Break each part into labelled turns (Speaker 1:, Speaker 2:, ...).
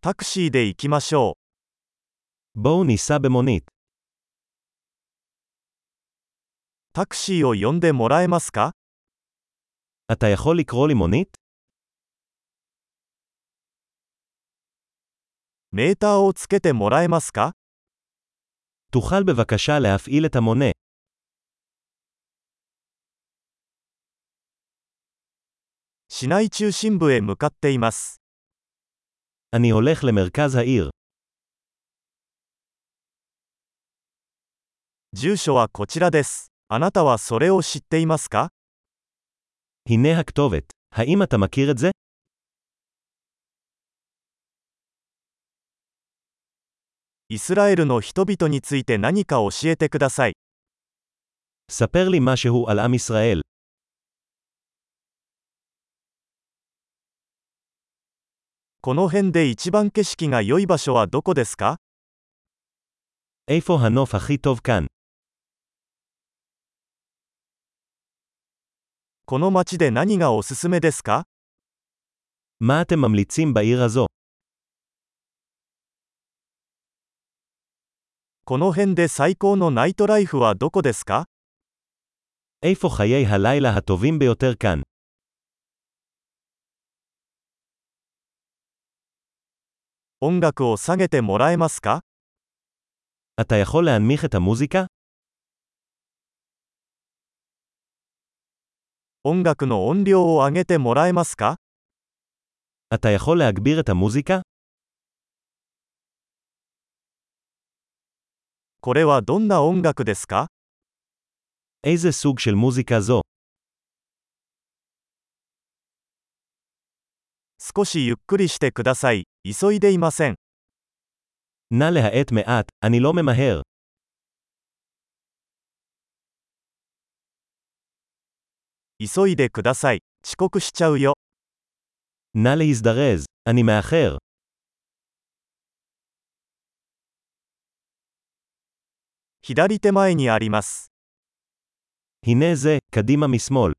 Speaker 1: タクシーで行きましょ
Speaker 2: בואו ניסע
Speaker 1: う。
Speaker 2: במונית.
Speaker 1: タクシーを呼んでもらえますか
Speaker 2: אתה יכול לקרוא לי מונית?
Speaker 1: メーターをつけてもらえますか
Speaker 2: תוכל בבקשה להפעיל את המונה.
Speaker 1: 市内中心部へ向かっています。
Speaker 2: אני הולך למרכז העיר.
Speaker 1: 住所はこちらです。あなたはそれを知っていますか
Speaker 2: הנה הכתובת. האם אתה מכיר את זה?
Speaker 1: イスラエルの人々について何か教えてください。
Speaker 2: ספר לי משהו על עם ישראל.
Speaker 1: この辺で一番景色が良い場所はどこですか
Speaker 2: איפה הנוף הכי טוב כאן?
Speaker 1: この街で何がおすすめですか
Speaker 2: מה אתם ממליצים בעיר הזו?
Speaker 1: この辺で最高のナイトライフはどこですか
Speaker 2: איפה חיי הלילה הטובים ביותר כאן?
Speaker 1: 音楽を下げてもらえますか
Speaker 2: אתה יכול להנמיך את המוזיקה?
Speaker 1: 音楽の音量を上げてもらえますか
Speaker 2: אתה יכול להגביר את המוזיקה?
Speaker 1: これはどんな音楽ですか
Speaker 2: איזה סוג של מוזיקה זו?
Speaker 1: 少しゆっくりしてください。急いでいません。
Speaker 2: נא להאט מעט, אני לא ממהר.
Speaker 1: 急いでください。遅刻しちゃうよ。
Speaker 2: נא להזדרז, אני מאחר.
Speaker 1: 左手前にあります。
Speaker 2: הנה זה, קדימה משמאל.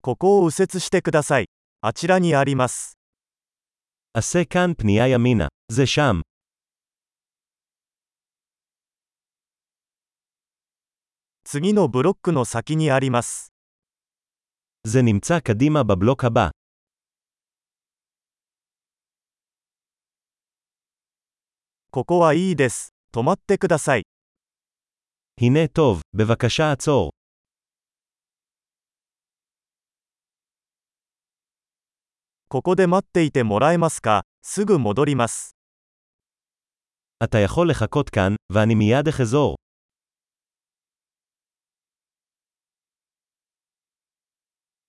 Speaker 1: ここを右折してください。あちらにあります。
Speaker 2: עשה כאן פנייה ימינה. זה שם.
Speaker 1: 次のブロックの先にあります。
Speaker 2: זה נמצא קדימה בבלוק הבא.
Speaker 1: ここはいいです。止まってください。
Speaker 2: הנה טוב, בבקשה עצור.
Speaker 1: ここで待っていてもらえますかすぐ戻ります。
Speaker 2: אתה יכול לחכות כאן, ואני מיד אחזור.